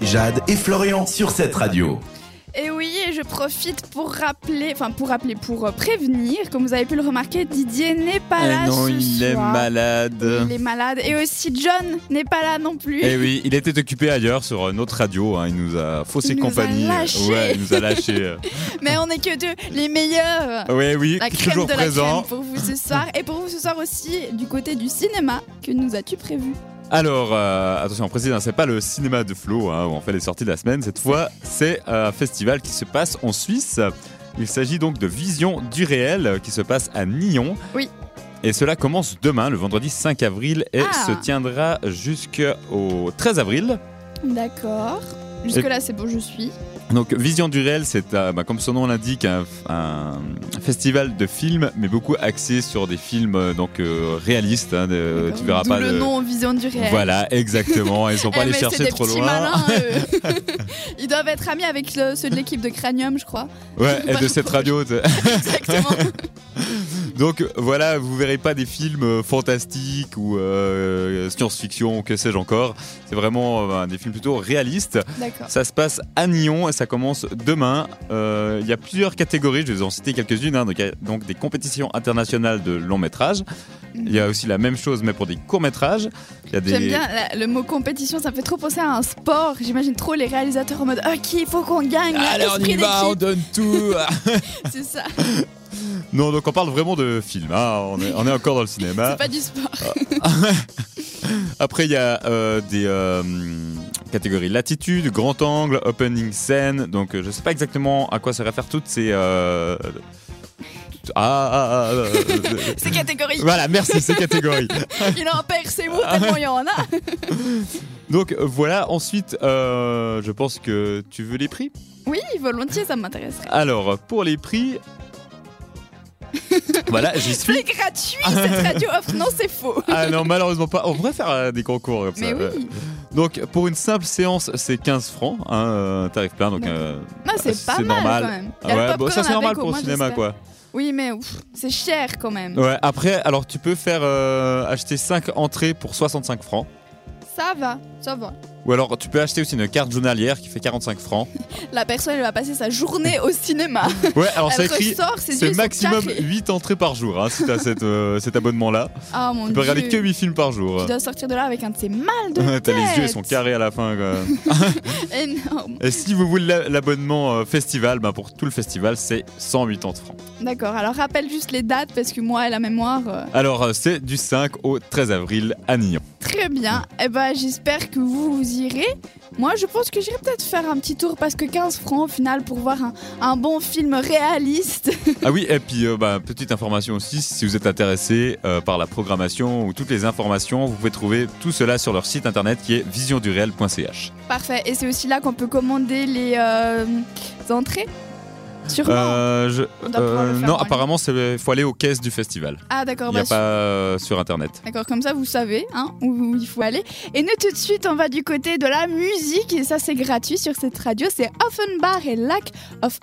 Jade et Florian sur cette radio. Eh Et oui, et je profite pour rappeler, enfin pour rappeler, pour euh, prévenir, comme vous avez pu le remarquer, Didier n'est pas là Eh non, ce il est soir. malade. Il est malade. Et aussi John n'est pas là non plus. Eh oui, il était occupé ailleurs sur euh, notre radio, hein, il nous a faussé Il nous a compagnie. lâchés. Ouais, il nous a lâché. Mais on est que deux, les meilleurs. Ah oui, oui, La crème toujours de la présent. crème pour vous ce soir. Et pour vous ce soir aussi, du côté du cinéma, que nous as-tu prévu Alors, euh, attention, on précise, hein, c'est pas le cinéma de Flo hein, où on fait les sorties de la semaine. Cette fois, c'est euh, un festival qui se passe en Suisse. Il s'agit donc de Vision du réel euh, qui se passe à Nyon. Oui. Et cela commence demain, le vendredi 5 avril, et Ah. se tiendra jusqu'au 13 avril. D'accord. Jusque-là, c'est bon, je suis. Donc Vision du réel, c'est euh, bah, comme son nom l'indique un, un festival de films, mais beaucoup axé sur des films euh, donc euh, réalistes. hein, de- D'accord. tu verras D'où pas le de- nom Vision du réel. Voilà, exactement. Ils sont Eh, pas allés mais c'est chercher des trop petits loin. malins, eux. Ils doivent être amis avec le- ceux de l'équipe de Cranium, je crois. Ouais, et de Pardon. cette radio. t'es- Exactement. Donc voilà, vous verrez pas des films euh, fantastiques ou euh, science-fiction, que sais-je encore. C'est vraiment euh, des films plutôt réalistes. D'accord. Ça se passe à Nyon et ça commence demain. Euh, Il y a plusieurs catégories, je vais vous en citer quelques-unes. hein. Donc, il y a donc des compétitions internationales de longs métrages. Il y a aussi la même chose, mais pour des courts métrages. Il y a des... J'aime bien la- le mot compétition, ça me fait trop penser à un sport. J'imagine trop les réalisateurs en mode Ok, il faut qu'on gagne. Allez, on y esprit va, on d'équipe. donne tout. C'est ça, non, donc on parle vraiment de films. hein. On, est, on est encore dans le cinéma. c'est pas du sport. Après, il y a euh, des euh, catégories latitude, grand angle, opening scène. Donc, euh, je sais pas exactement à quoi se réfèrent toutes ces. euh, Ah, ah, ah, euh, C'est catégorie. Voilà, merci, ces catégories. Il en perd ses mots tellement il y en a. Donc euh, voilà, ensuite, euh, je pense que tu veux les prix. Oui, volontiers, ça m'intéresserait. Alors, pour les prix... voilà, j'y C'est suis. gratuit cette radio offre. Non, c'est faux. Ah non, malheureusement pas. On pourrait faire euh, des concours comme Mais ça. ouais. oui, Donc, pour une simple séance, c'est 15 francs, hein, euh, tarif plein. Donc, D'accord. euh, non, c'est c'est pas mal normal. quand même. Il y a ah le ouais, bon, popcorn ça c'est avec normal au pour le moins, cinéma, j'espère. quoi. Oui, mais ouf, c'est cher quand même. Ouais, après, alors tu peux faire euh, acheter 5 entrées pour 65 francs. Ça va, ça va. Ou alors, tu peux acheter aussi une carte journalière qui fait 45 francs. La personne, elle va passer sa journée au cinéma. Ouais, alors ça elle écrit. ressort, ses yeux C'est sont maximum carrés. 8 entrées par jour hein, si t'as cette, euh, cet abonnement-là. Ah mon Tu peux dieu. regarder que 8 films par jour. Tu dois sortir de là avec un de ces mal de T'as tête. les yeux, ils sont carrés à la fin. quoi. Énorme. Et si vous voulez l'a- l'abonnement euh, festival, bah, pour tout le festival, c'est 180 francs. D'accord, alors rappelle juste les dates parce que moi et la mémoire. euh, Alors, euh, c'est du 5 au 13 avril à Nyon. Très bien. Eh ben, j'espère que vous, vous irez. Moi, je pense que j'irai peut-être faire un petit tour parce que 15 francs au final pour voir un, un bon film réaliste. Ah oui, et puis, euh, bah, petite information aussi, si vous êtes intéressé euh, par la programmation ou toutes les informations, vous pouvez trouver tout cela sur leur site internet qui est visionduréel.ch. Parfait. Et c'est aussi là qu'on peut commander les euh, entrées. Sûrement. Euh, je- On doit pouvoir le faire en non, ligne. apparemment, il faut aller aux caisses du festival. ah, d'accord. Il n'y a bah, pas euh, sur internet. D'accord, comme ça vous savez hein, où- où il faut aller. Et nous tout de suite on va du côté de la musique et ça c'est gratuit sur cette radio, c'est Offenbach et Lack of